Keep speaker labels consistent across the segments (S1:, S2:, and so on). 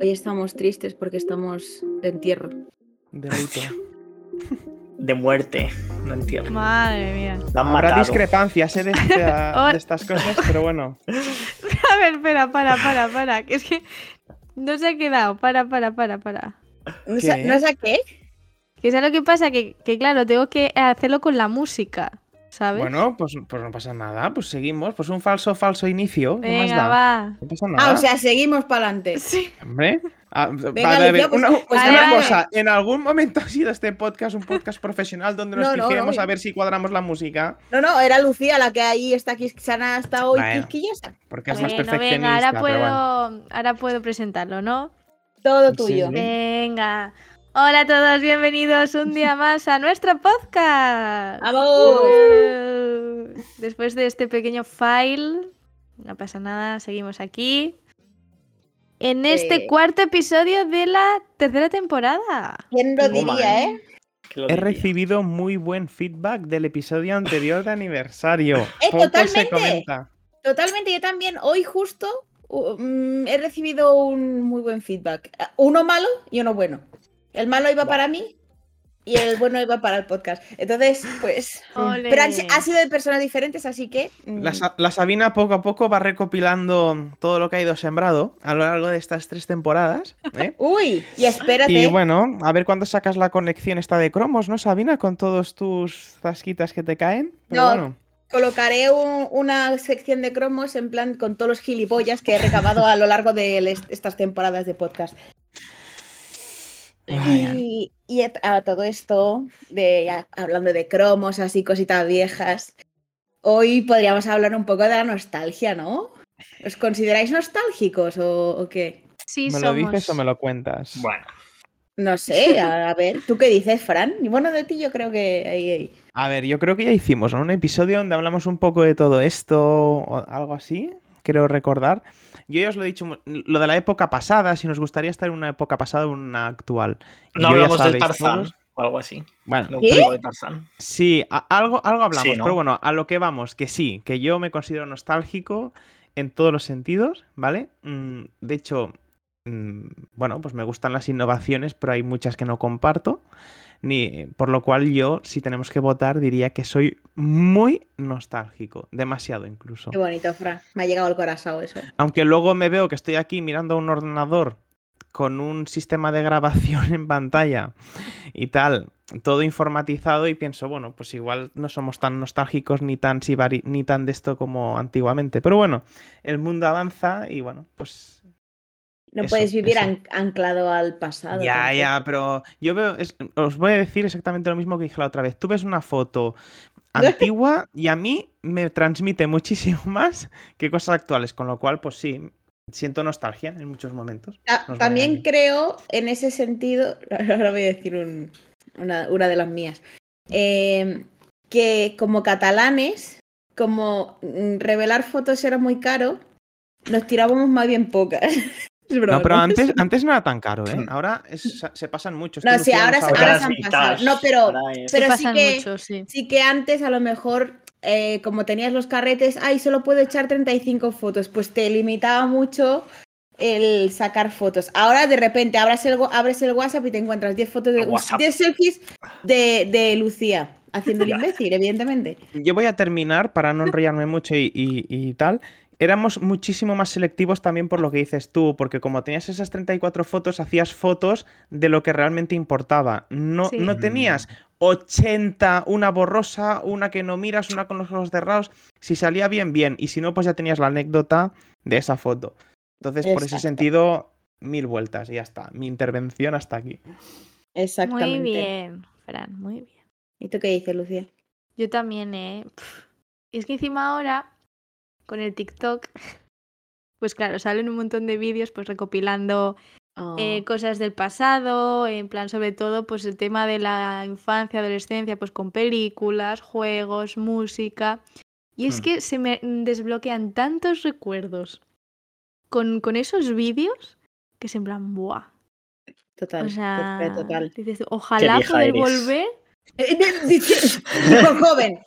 S1: Hoy estamos tristes porque estamos de entierro.
S2: De luto.
S3: De muerte, no entiendo.
S4: Madre mía.
S3: La han
S2: Habrá
S3: matado.
S2: discrepancias ¿eh? de, esta-
S4: Hola.
S2: de estas cosas, pero bueno.
S4: A ver, espera, para, para, para. que es que no se ha quedado. Para, para, para, para.
S1: ¿No, sa-
S2: ¿Qué?
S1: ¿no saqué?
S4: Que sea lo que pasa, que, que claro, tengo que hacerlo con la música, ¿sabes?
S2: Bueno, pues, pues no pasa nada, pues seguimos. Pues un falso, falso inicio. ¿Qué más
S4: Venga,
S2: da?
S4: va.
S2: No pasa nada.
S1: Ah, o sea, seguimos para adelante.
S4: Sí.
S2: Hombre. Ah, vale,
S1: Alicia,
S2: a ver,
S1: pues-
S2: una,
S1: pues
S2: una
S4: vale,
S2: cosa. ¿En algún momento ha sido este podcast un podcast profesional donde nos
S1: No, no, no.
S2: fijemos a ver si cuadramos la música?
S1: No, no, era Lucía la que ahí está aquí, sana hasta hoy
S2: Bueno.
S1: quisquillosa.
S2: Porque es más
S4: Bueno,
S2: perfeccionista.
S4: venga, ahora
S2: pero
S4: puedo,
S2: bueno.
S4: ahora puedo presentarlo, ¿no?
S1: Todo
S2: Sí,
S1: tuyo.
S2: sí.
S4: Venga. Hola a todos, bienvenidos un día más a nuestro podcast.
S1: ¡Vamos!
S4: Uh, Después de este pequeño file, no pasa nada, seguimos aquí. En este
S1: Sí.
S4: cuarto episodio de la tercera temporada.
S1: ¿Quién lo
S3: Oh,
S1: diría,
S3: madre.
S1: eh?
S3: Que lo
S2: He
S3: diría.
S2: recibido muy buen feedback del episodio anterior de aniversario.
S1: Eh,
S2: Poco
S1: totalmente.
S2: se comenta.
S1: Totalmente, yo también hoy justo u- mm, he recibido un muy buen feedback. Ah, Uno malo y uno bueno. El malo iba para mí y el bueno iba para el podcast. Entonces, pues...
S4: Ole.
S1: Pero han si- ha sido de personas diferentes, así que... mm,
S2: La, Sa- la Sabina poco a poco va recopilando todo lo que ha ido sembrado a lo largo de estas tres temporadas. ¿eh?
S1: Uy, y espérate.
S2: Y bueno, a ver cuándo sacas la conexión esta de cromos, ¿no, Sabina? Con todos tus zasquitas que te caen. Pero
S1: No,
S2: bueno,
S1: Colocaré un- una sección de cromos en plan con todos los gilipollas que he recabado a lo largo de les- estas temporadas de podcast. Y, y a- a todo esto, de, a- hablando de cromos, así cositas viejas, hoy podríamos hablar un poco de la nostalgia, ¿no? ¿Os consideráis nostálgicos o, o qué?
S4: Sí,
S2: ¿me
S4: somos.
S2: lo dices o me lo cuentas?
S3: Bueno,
S1: No sé, a, a ver, ¿tú qué dices, Fran? Y bueno, de ti yo creo que... ahí- ahí.
S2: A ver, yo creo que ya hicimos ¿no? un episodio donde hablamos un poco de todo esto o algo así, creo recordar. Yo ya os lo he dicho, mu- lo de la época pasada, si nos gustaría estar en una época pasada o en una actual. Y
S3: no
S2: yo ya
S3: hablamos del
S2: sabéis
S3: Tarzán
S2: todos-
S3: o algo así.
S2: Bueno,
S3: No
S1: ¿Qué?
S3: creo de Tarzán.
S2: Sí, a- algo, algo hablamos,
S3: ¿no?
S2: pero bueno, a lo que vamos, que sí, que yo me considero nostálgico en todos los sentidos, ¿vale? Mm, de hecho, mm, bueno, pues me gustan las innovaciones, pero hay muchas que no comparto, ni, por lo cual yo, si tenemos que votar, diría que soy muy nostálgico, demasiado incluso.
S1: Qué bonito, Fran. Me ha llegado al corazón eso.
S2: Aunque luego me veo que estoy aquí mirando a un ordenador con un sistema de grabación en pantalla y tal, todo informatizado y pienso, bueno, pues igual no somos tan nostálgicos ni tan sibari- ni tan de esto como antiguamente. Pero bueno, el mundo avanza y bueno, pues
S1: No
S2: Eso,
S1: puedes vivir
S2: eso.
S1: an- anclado al pasado.
S2: ya,
S1: tampoco.
S2: ya, pero yo veo, es- os voy a decir exactamente lo mismo que dije la otra vez. Tú ves una foto antigua y a mí me transmite muchísimo más que cosas actuales, con lo cual, pues sí, siento nostalgia en muchos momentos.
S1: Ta-
S2: Nos
S1: También
S2: vayan.
S1: creo en ese sentido, ahora voy a decir un- una, una de las mías, eh, que como catalanes, como mm, revelar fotos era muy caro, nos tirábamos más bien pocas. Es broma,
S2: No, pero
S1: ¿no?
S2: antes, antes no era tan caro, ¿eh? Ahora es- se pasan muchos.
S1: No, sí, ahora,
S3: sabrá.
S1: ahora
S3: Ahora
S1: se
S3: es
S1: han
S3: vintage,
S1: pasado. No, pero
S3: ahora es-
S1: pero sí
S4: pasan
S1: que-
S4: mucho, sí.
S1: sí que antes a lo mejor, eh, como tenías los carretes, ay, solo puedo echar 35 fotos, pues te limitaba mucho el sacar fotos. Ahora de repente abres el, wa- abres el WhatsApp y te encuentras 10 fotos de,
S3: El WhatsApp.
S1: 10 selfies de, de Lucía, haciendo el imbécil, evidentemente.
S2: Yo voy a terminar para no enrollarme mucho y, y- y tal. Éramos muchísimo más selectivos también por lo que dices tú, porque como tenías esas 34 fotos, hacías fotos de lo que realmente importaba. No,
S4: Sí.
S2: no tenías 80, una borrosa, una que no miras, una con los ojos cerrados. Si salía bien, bien. Y si no, pues ya tenías la anécdota de esa foto. Entonces, por ese
S1: Exacto.
S2: sentido, mil vueltas y ya está. Mi intervención hasta aquí.
S1: Exactamente.
S4: Muy bien, Fran, muy bien.
S1: ¿Y tú qué dices, Lucía?
S4: Yo también, ¿eh? Pf. Y es que encima ahora, con el TikTok, pues claro, salen un montón de vídeos pues recopilando
S1: Ah,
S4: eh, cosas del pasado, en plan sobre todo pues el tema de la infancia, adolescencia, pues con películas, juegos, música. Y es
S2: Hmm.
S4: que se me desbloquean tantos recuerdos con, con esos vídeos que se en plan, ¡buah!
S1: total,
S4: O sea,
S1: total, total. Eh,
S4: dices, ojalá
S3: vieja
S4: poder
S3: eres".
S4: volver
S1: Por joven.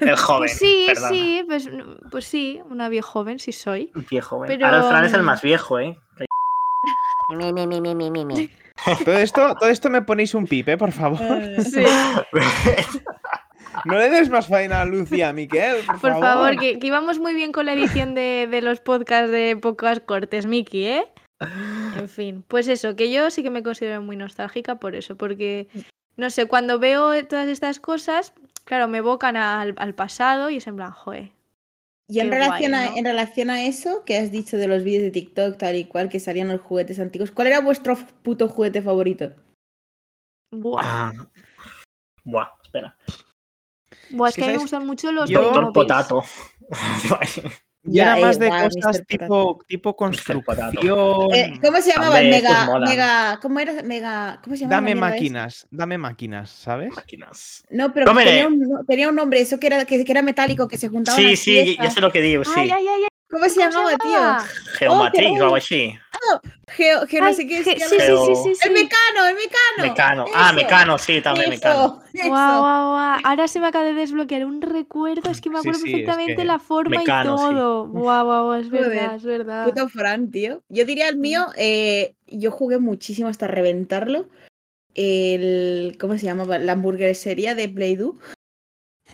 S3: El joven.
S4: Pues sí,
S3: perdona.
S4: sí, pues, n- pues sí, una vieja joven sí soy.
S3: Un Viejo, joven.
S4: Pero,
S3: Ahora el Fran es el
S4: mm,
S3: más viejo, ¿eh?
S5: Mi, mi, mi, mi, mi, mi, mi.
S2: Todo esto, todo esto me ponéis un pipe, por favor.
S1: Eh,
S4: Sí,
S2: No le des más faena a Lucía, a Miquel, por,
S4: por favor, que, que íbamos muy bien con la edición de, de los podcasts de pocas cortes, Miki, ¿eh? En fin, pues eso, que yo sí que me considero muy nostálgica por eso, porque, no sé, cuando veo todas estas cosas, claro, me evocan al, al pasado y es en plan, joe.
S1: Y en
S4: Qué
S1: relación,
S4: guay,
S1: a,
S4: ¿no?
S1: en relación a eso que has dicho de los vídeos de TikTok, tal y cual, que salían los juguetes antiguos, ¿cuál era vuestro f- puto juguete favorito?
S4: Buah,
S3: Ah. Buah, espera.
S4: buah es
S2: que
S4: que a mí me
S2: sabes,
S4: gustan mucho los
S2: yo-
S3: Doctor
S4: Playmobil.
S3: Potato.
S2: Yo
S1: Ya,
S2: era más de
S1: igual,
S2: cosas
S1: Mr.
S2: tipo, tipo
S3: Mr. Potato.
S2: construcción.
S1: Eh, ¿Cómo se llamaba?
S3: Hombre, esto es
S1: mega,
S3: moda.
S1: mega. ¿Cómo era? Mega. ¿Cómo se llamaba? la
S2: Dame
S1: este? mierda esa?
S2: máquinas, dame máquinas, ¿sabes?
S3: Máquinas.
S1: No, pero
S3: Tómele.
S1: tenía un, no- tenía un nombre, eso que era, que, que era metálico, que se juntaba.
S3: Sí, sí, ya sé lo que digo, sí.
S4: Ay, ay, ay, ay,
S1: ¿Cómo se llamaba, tío?
S3: Geomatic
S1: Oh, qué
S3: o algo así.
S1: Geo, Geo no
S4: Ay,
S1: sé
S4: je-
S1: qué. se llama.
S4: sí, sí, sí,
S3: Pero-
S4: sí, sí.
S1: El mecano, el mecano.
S3: Mecano. Ah,
S1: Eso,
S3: Mecano, sí, también
S1: eso,
S3: Mecano.
S1: eso.
S4: Guau, guau, guau. Ahora se me acaba de desbloquear un recuerdo, es que me
S2: Sí,
S4: acuerdo
S2: sí, es
S4: perfectamente
S2: que
S4: la forma
S3: Mecano,
S4: y
S3: sí.
S4: todo. Guau, guau, guau, es
S1: Joder,
S4: verdad, es verdad.
S1: Puto Fran, tío. Yo diría el mío, eh, yo jugué muchísimo hasta reventarlo. El. ¿Cómo se llamaba? La hamburguesería de Play-Doh.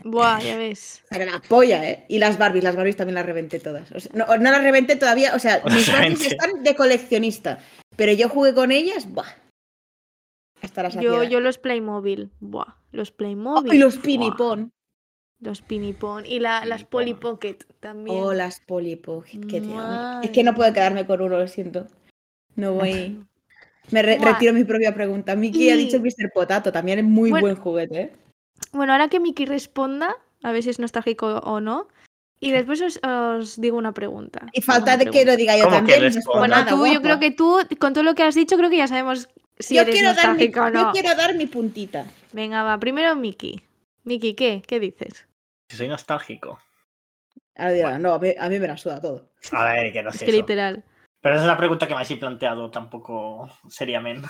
S4: Buah, ya ves.
S1: Era la polla, ¿eh? Y las Barbies, las Barbies también las reventé todas. O sea, no, no las reventé todavía, o sea, mis Barbies
S3: Obviamente.
S1: están de coleccionista. Pero yo jugué con ellas, ¡buah! Hasta las
S4: Yo, yo los Playmobil. Buah, los Playmobil.
S1: Oh, Y los
S4: Buah,
S1: Pinipón.
S4: Los Pinipón. Y la- las
S3: Pinipón.
S4: Polly Pocket también.
S1: Oh, las Polly Pocket, que te amo. Es
S4: Madre
S1: que no puedo quedarme con uno, lo siento. No voy. Me re-
S4: Buah.
S1: retiro mi propia pregunta. Miki ha
S4: Y-
S1: dicho el Mr. Potato, también es muy
S4: Bueno.
S1: buen juguete, ¿eh?
S4: Bueno, ahora que Miki responda, a ver si es nostálgico o no. Y después os, os digo una pregunta.
S1: Y falta
S4: Una
S1: de que
S4: pregunta.
S1: lo diga yo
S3: ¿Cómo que
S1: también. no es por
S3: responda?
S4: Bueno,
S1: nada,
S4: tú, yo
S1: guapa.
S4: creo que tú, con todo lo que has dicho, creo que ya sabemos si
S1: yo
S4: eres
S1: quiero, dar mi,
S4: nostálgico o no.
S1: yo quiero dar mi puntita.
S4: Venga, va. Primero Miki. Miki, ¿qué? ¿Qué dices?
S3: Yo soy nostálgico.
S1: Ahora dirá, no, a mí, a mí me la suda todo.
S3: A ver, que no
S4: Es
S3: sé.
S4: que
S3: eso.
S4: literal.
S3: Pero esa es la pregunta que me habéis planteado tampoco seriamente.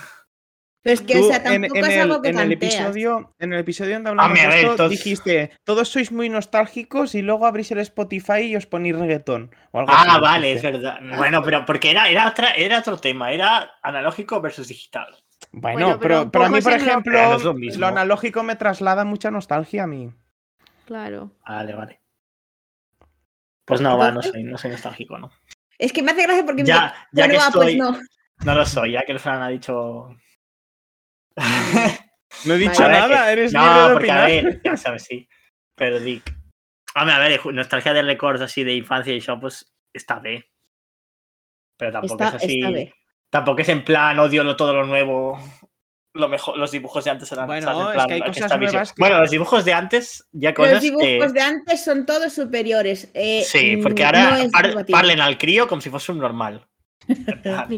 S1: Pero es que,
S2: Tú,
S1: o sea, tampoco es
S2: el,
S1: algo que
S2: en el
S1: planteas.
S2: episodio, en el episodio donde hablamos
S3: Hombre, a
S2: de
S3: ver,
S2: esto,
S3: entonces-
S2: dijiste, todos sois muy nostálgicos y luego abrís el Spotify y os ponéis reggaetón. o algo
S3: Ah,
S2: así,
S3: vale, es
S2: dijiste.
S3: verdad. Bueno, pero porque era, era, otra, era otro tema, era analógico versus digital.
S2: Bueno,
S4: Bueno, pero
S2: pero, pero a mí,
S4: tampoco
S2: por
S4: es lo-
S2: ejemplo,
S3: Pero no es lo
S2: lo,
S3: mismo.
S2: analógico me traslada mucha nostalgia a mí.
S4: Claro.
S3: Vale, vale. Pues no, va, no soy, no soy nostálgico, ¿no?
S1: Es que me hace gracia porque me dice,
S3: Ya, ya que
S1: "Bueno, va, pues
S3: estoy.
S1: no.
S3: No lo soy, ya que el Fran ha dicho.
S2: No he dicho
S1: A ver,
S2: nada,
S3: que-
S2: eres libre de
S3: No, porque a
S2: opinar.
S3: ver, ya sabes, sí. Pero Dick. Hombre, a ver, ju- nostalgia de recuerdos así de infancia y eso, pues está B. Pero tampoco
S1: Está,
S3: es así.
S1: está bien.
S3: Tampoco es en plan, odio lo- todo lo nuevo. Lo mejor, los dibujos de antes eran
S2: Bueno,
S3: ¿sabes? En
S2: es
S3: plan,
S2: que hay
S3: la
S2: cosas
S3: está visión.
S2: nuevas que-
S3: Bueno, los dibujos de antes, ya cosas.
S1: Los dibujos
S3: eh,
S1: de antes son todos superiores. eh,
S3: Sí, porque
S1: mm,
S3: ahora
S1: no es
S3: par-
S1: debatible.
S3: parlen al crío como si fuese un normal.
S4: Mi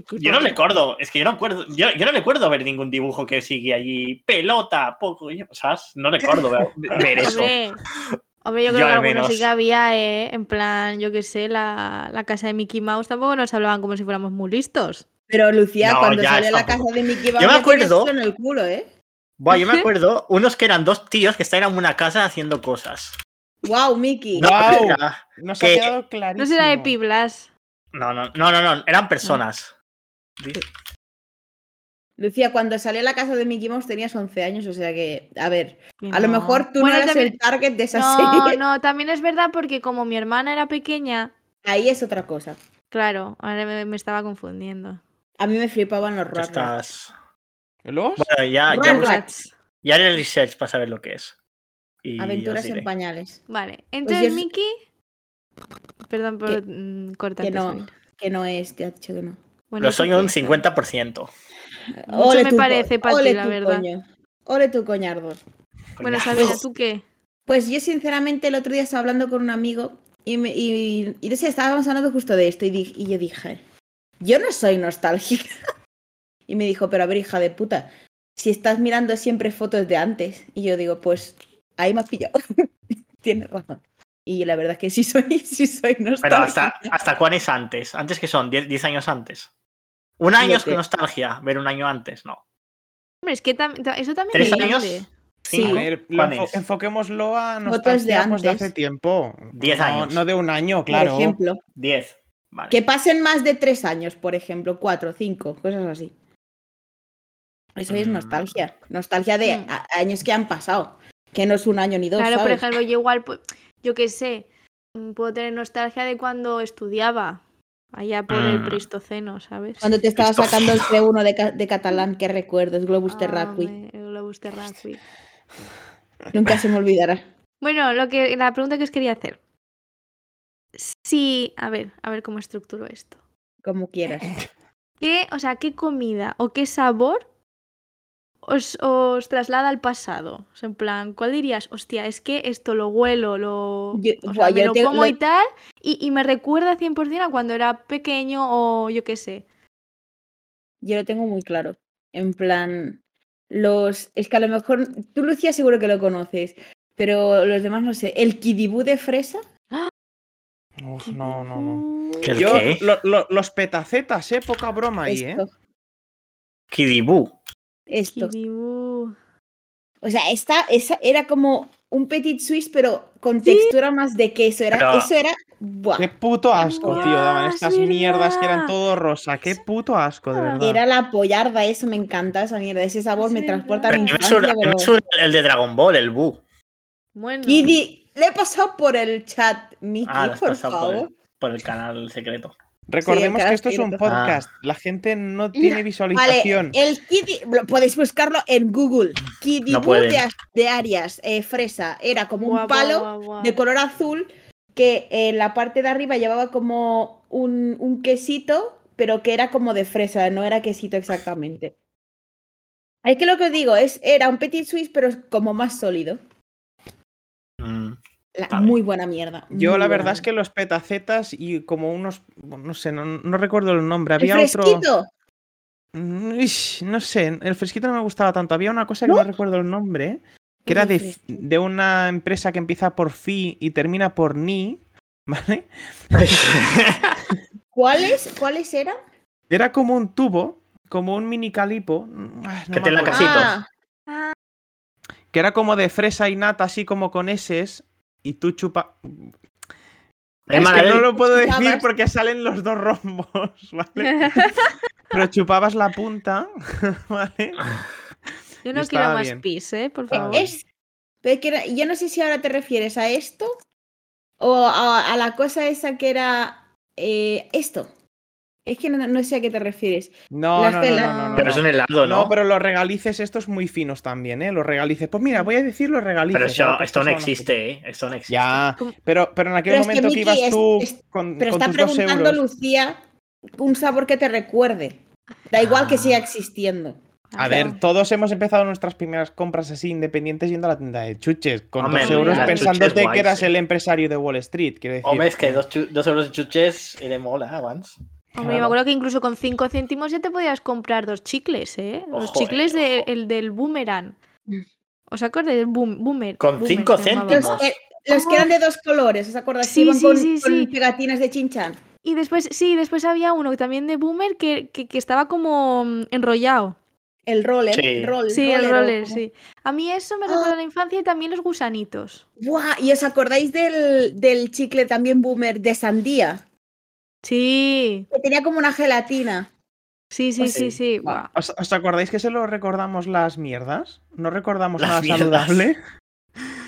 S4: culpa.
S3: Ah, Yo no recuerdo, es que yo no recuerdo, yo, yo no recuerdo ver ningún dibujo que sigue allí. Pelota, poco, yo- ¿sabes? No recuerdo ver, ver eso.
S4: Hombre, hombre, yo
S3: Yo
S4: creo que
S3: al
S4: algunos sí
S3: menos.
S4: que había, ¿eh? En plan, yo qué sé, la, la casa de Mickey Mouse tampoco nos hablaban como si fuéramos muy listos.
S1: Pero Lucía,
S3: No,
S1: cuando
S3: ya,
S1: salió a la casa
S3: tampoco.
S1: de
S3: me
S1: Mickey Mouse, ya tenía
S3: acuerdo.
S1: esto en el culo, ¿eh?
S3: Buah, yo me acuerdo unos que eran dos tíos que estaban en una casa haciendo cosas.
S1: Wow, Mickey.
S3: No,
S2: Guau.
S3: era-
S2: Nos ha
S3: que-
S2: quedado clarísimo.
S4: No será de Piblas.
S3: no, no, no, no, no, eran personas.
S1: Lucía, cuando salió a la casa de Mickey Mouse tenías 11 años, o sea que, a ver, a lo mejor tú
S4: Bueno,
S1: no eras
S4: también-
S1: el target de esa
S4: No,
S1: serie.
S4: no, también es verdad porque como mi hermana era pequeña,
S1: Ahí es otra cosa.
S4: claro, ahora me, me estaba confundiendo.
S1: A mí me flipaban los raros.
S3: Estás...
S2: ¿Los?
S3: Bueno, ya, Ah, ya,
S1: Rugrats.
S4: Rugrats.
S3: ya haré el research para saber lo que es. Y os
S1: Aventuras
S3: diré.
S1: en pañales.
S4: Vale, entonces
S1: Pues yo-
S4: Mickey... Perdón por
S1: Que-
S4: mm, cortarte.
S1: Que no,
S4: Sonia.
S1: que no es, te ha dicho que no.
S4: Bueno,
S3: Lo
S4: eso
S3: soy un
S4: piensa.
S3: 50%.
S4: Mucho me
S1: co-
S4: parece, Pati,
S1: ole
S4: la
S1: tu
S4: verdad.
S1: coño. Ole tu coñardo.
S4: Bueno,
S3: Coño.
S4: Sabina, ¿tú qué?
S1: Pues yo sinceramente el otro día estaba hablando con un amigo y, me, y, y no sé, estábamos hablando justo de esto y, di- y yo dije, yo no soy nostálgica. Y me dijo, pero a ver, hija de puta, si estás mirando siempre fotos de antes. Y yo digo, pues ahí me has pillado. Tienes razón. Y la verdad es que sí soy, sí soy
S3: Pero
S1: nostálgica.
S3: hasta, ¿hasta cuán es antes? ¿Antes que son? ¿10 10 años antes? Un año es
S1: Fíjate.
S3: con nostalgia, ver un año antes, no.
S4: Hombre, es que tam- ta- eso también
S3: ¿Tres
S4: depende.
S3: años?
S1: Sí.
S2: A
S3: Cinco.
S2: ver, lo
S3: ¿Cuál
S2: enfo-
S3: es?
S2: enfoquémoslo a
S1: Fotos de
S2: nostalgia pues, de
S1: antes.
S2: hace tiempo.
S3: Diez
S2: No-
S3: años.
S2: No, de un año, claro.
S1: Por ejemplo,
S3: 10. Vale.
S1: Que pasen más de tres años, por ejemplo, cuatro, cinco, cosas así. Eso es
S3: Mm.
S1: nostalgia. Nostalgia de
S4: Mm.
S1: a- años que han pasado. Que no es un año ni dos.
S4: Claro, por
S1: ¿sabes?
S4: ejemplo, yo igual, pues, yo qué sé, mm, puedo tener nostalgia de cuando estudiaba allá por el
S3: Mm.
S4: Pleistoceno, ¿sabes?
S1: Cuando te estaba
S3: Esto-
S1: sacando el C1 de, ca- de catalán, qué recuerdos, Globus Terracui.
S4: Ah, Hombre, el Globus Terráqueo.
S1: Nunca se me olvidará.
S4: Bueno, lo que, la pregunta que os quería hacer. Sí, a ver, a ver cómo estructuro esto.
S1: Como quieras.
S4: ¿Qué, o sea, qué comida o qué sabor os, os traslada al pasado? O sea, en plan, ¿cuál dirías? Hostia, es que esto lo huelo, lo,
S1: Yo-
S4: o sea,
S1: buah,
S4: me
S1: yo
S4: lo
S1: te-
S4: como
S1: lo-
S4: y tal, y, y me recuerda 100% a cuando era pequeño o yo qué sé.
S1: Yo lo tengo muy claro. En plan, los. Es que a lo mejor. Tú, Lucía, seguro que lo conoces. Pero los demás no sé. El kidibú de fresa.
S2: Uf, no, no, no.
S4: Mm,
S3: ¿Qué? ¿El
S2: Yo, lo- lo- los petacetas, eh, poca broma ahí, eh.
S1: esto.
S3: Kidibú.
S1: esto.
S4: Kidibú.
S1: O sea, esta, esa era como un petit suisse, pero con textura más de queso. Era,
S3: Pero-
S1: Eso era. Buah,
S2: Qué puto asco, tío, daban
S4: Guau,
S2: estas
S4: es
S2: mierdas que eran
S4: verdad.
S2: todo rosa. Qué puto asco, de verdad.
S1: Era la pollarda, eso me encanta esa mierda. Ese sabor
S4: Es
S1: me
S4: verdad.
S1: transporta a
S3: Pero
S1: mi
S3: a mí me
S1: infancia,
S3: suena- a mí
S1: pero-
S3: me suena el de Dragon Ball, el Bu.
S4: Bueno,
S1: Kidi, le he pasado por el chat, Miki,
S3: Ah, lo has
S1: por
S3: pasado por
S1: favor.
S3: el, por el canal secreto.
S1: Sí,
S2: Recordemos
S1: el
S2: que esto es un
S1: carácter.
S2: podcast. La gente no
S1: Vale, eh,
S2: tiene
S1: Vale,
S2: visualización.
S1: el Kidi, lo podéis buscarlo en Google. Kidi
S3: No
S1: Bull de,
S3: pueden.
S1: As- de Arias, eh, fresa, era como
S4: guau, guau,
S1: un palo
S4: guau, guau.
S1: de color azul que en la parte de arriba llevaba como un, un quesito, pero que era como de fresa, no era quesito exactamente. Es que lo que os digo es, era un petit suisse, pero es como más sólido.
S3: Mm.
S1: La-
S3: Vale.
S1: muy buena mierda.
S2: Yo
S1: muy
S2: la
S1: buena
S2: verdad es que los petacetas y como unos, no sé, no, no recuerdo el nombre,
S1: mierda.
S2: había
S1: El
S2: otro...
S1: fresquito.
S2: Mm, ish, no sé, el fresquito no me gustaba tanto. Había una cosa que no, recuerdo el nombre, que era
S1: Uy,
S2: de,
S1: el
S2: f- de una empresa que empieza por Fi y termina por Ni, ¿vale?
S1: ¿Cuáles, ¿Cuáles eran?
S2: Era como un tubo, como un mini calipo. mm, ah, no
S3: Que
S2: me
S3: te la
S2: acuerdo.
S3: Casitos.
S1: Ah,
S2: que era como de fresa y nata, así como con eses, y tú chupa... Es que no lo puedo
S1: Chupabas.
S2: decir porque salen los dos rombos, ¿vale? Pero chupabas la punta, ¿vale?
S4: Yo no quiero
S2: estaba
S4: más
S2: bien.
S4: pis, ¿eh? Por
S1: eh,
S4: favor.
S1: es, pero que era- yo no sé si ahora te refieres a esto o a, a la cosa esa que era eh, esto. Es que no, no sé a qué te refieres.
S2: No,
S1: La
S2: no, no,
S1: cela.
S2: no, no, no,
S3: Pero es un helado, ¿no?
S2: No, pero los regalices estos muy finos también, ¿eh? Los regalices. Pues mira, voy a decir los regalices.
S3: Pero eso-
S2: ahora que
S3: esto no
S2: son-
S3: existe, ¿eh? Esto no existe.
S2: Ya,
S4: ¿Cómo?
S2: pero, pero en aquel
S1: Pero es que,
S2: momento que,
S1: Miki,
S2: ibas
S1: es-
S2: tú
S1: es-
S2: con,
S1: Pero
S2: con
S1: está
S2: tus dos
S1: preguntando
S2: euros.
S1: Lucía un sabor que te recuerde. Da igual
S3: Ah.
S1: que siga existiendo.
S4: Ah,
S2: A ver, todos hemos empezado nuestras primeras compras así independientes yendo a la tienda de chuches, con
S3: Hombre,
S2: dos euros
S4: las chuches
S2: pensándote
S3: guays,
S2: que eras
S3: eh.
S2: el empresario de Wall Street. Quiero decir,
S3: Hombre, es que dos, chu- dos euros de chuches y le mola, Vans.
S4: Hombre, yo me
S2: Claro.
S4: acuerdo que incluso con 5 céntimos ya te podías comprar dos chicles, ¿eh? Los
S3: Ojo, eh,
S4: chicles de-
S3: ojo.
S4: el del boomerang.
S1: Mm.
S4: ¿Os acordáis del boom, boomer?
S3: Con
S4: Boomer
S3: cinco
S4: se llamaba.
S1: Los,
S3: céntimos.
S1: que- eh, los que eran de dos colores, ¿os acordáis?
S4: Sí,
S1: Sí, Iban
S4: sí,
S1: con,
S4: sí,
S1: con
S4: sí.
S1: pegatinas de chinchan.
S4: Y después, sí, después había uno también de boomer que, que- que estaba como mm, enrollado.
S1: El Ah. roller.
S3: Sí.
S1: roll-
S4: Sí, el
S1: o
S4: roller,
S1: como-
S4: sí. A mí eso me recuerda a la infancia y también los gusanitos.
S1: Buah, ¿y os acordáis del, del chicle también boomer de sandía?
S4: Sí,
S1: Que tenía como una gelatina.
S4: sí, sí,
S1: Pues
S4: sí, sí. Buah.
S2: ¿Os, os acordáis que se lo recordamos las mierdas? ¿No recordamos
S3: Las
S2: nada
S3: mierdas.
S2: saludable?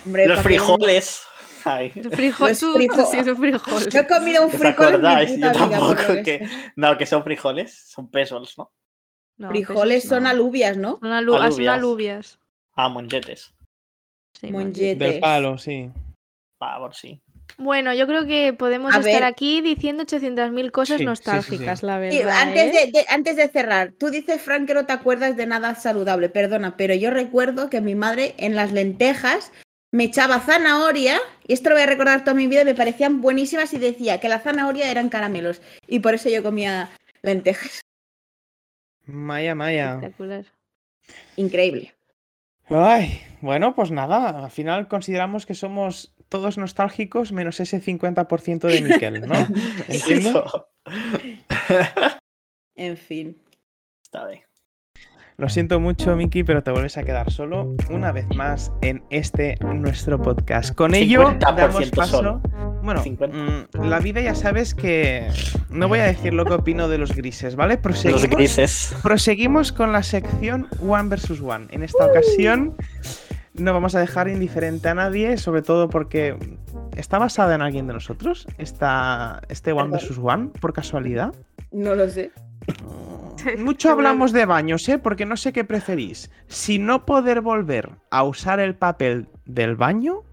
S1: Hombre,
S3: Los
S1: pa' que-
S3: frijoles. Ay,
S4: El Frijol,
S1: Los
S4: tú-
S1: frijo-
S4: sí, es un frijol.
S1: No he comido un
S3: ¿Os
S1: frijol en
S3: acordáis?
S1: mi
S3: Yo
S1: puta vida, por
S3: tampoco,
S1: lo
S3: que-
S1: sé.
S3: No, que son frijoles, son pesos, ¿no?
S4: No,
S1: Frijoles
S4: pesos
S1: son
S4: no.
S1: alubias, ¿no?
S4: Son alu- ah, son
S3: Alubias.
S4: alubias.
S3: Ah, monchetes.
S4: Sí,
S1: Monjet.
S2: Del palo, sí.
S3: Ah, bueno, sí.
S4: Bueno, yo creo que podemos
S1: A
S4: estar
S1: ver.
S4: aquí diciendo 800.000
S2: Sí, sí,
S4: cosas
S2: sí, sí.
S4: nostálgicas, la
S1: Sí,
S4: verdad.
S1: antes,
S4: ¿eh?
S1: de, de- antes de cerrar, tú dices, Frank, que no te acuerdas de nada saludable, perdona, pero yo recuerdo que mi madre en las lentejas me echaba zanahoria, y esto lo voy a recordar toda mi vida, y me parecían buenísimas y decía que la zanahoria eran caramelos, y por eso yo comía lentejas.
S2: Maya, maya.
S4: Espectacular.
S1: Increíble.
S2: Ay, bueno, pues nada, al final consideramos que somos todos nostálgicos menos ese 50% de Miquel, ¿no? ¿Entiendo?
S3: Eso.
S1: En fin.
S3: Está bien.
S2: Lo siento mucho, Miki, pero te vuelves a quedar solo una vez más en este nuestro podcast. Con ello,
S3: 50%
S2: damos paso.
S3: solo.
S2: Bueno,
S3: 50.
S2: mm, la vida ya sabes que. No voy a decir lo que opino de los grises, ¿vale?
S3: Los
S2: Proseguimos,
S3: grises.
S2: proseguimos con la sección One versus One. En esta ocasión no vamos a dejar indiferente a nadie, sobre todo porque. ¿Está basada en alguien de nosotros? Esta, ¿Este One
S1: Perdón.
S2: versus One, por casualidad?
S1: No lo sé.
S2: Mucho hablamos de baños, ¿eh? Porque no sé qué preferís. Si no poder volver a usar el papel del baño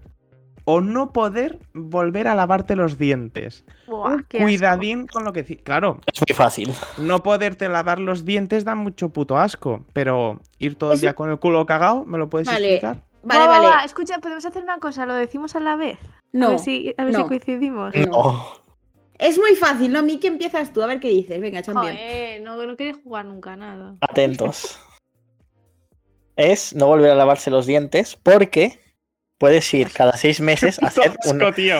S2: o no poder volver a lavarte los dientes.
S4: Buah, Ah, qué asco.
S2: Cuidadín con lo que decís. Claro,
S3: Es muy fácil.
S2: no poderte lavar los dientes da mucho puto asco, pero ir todo el
S1: Eso-
S2: día con el culo cagado, ¿me lo puedes
S1: Vale.
S2: explicar?
S1: Vale,
S4: Va, va, va,
S1: vale.
S4: Escucha, podemos hacer una cosa, lo decimos a la vez. A
S1: No.
S4: ver si, a ver si
S1: no.
S4: coincidimos.
S1: No.
S3: No.
S1: Es muy fácil, ¿no? Miki, empiezas tú a ver qué dices. Venga, champion.
S4: Joder, no, no quieres jugar nunca nada.
S3: Atentos. Es no volver a lavarse los dientes porque puedes ir cada seis meses a hacer una...
S2: tío.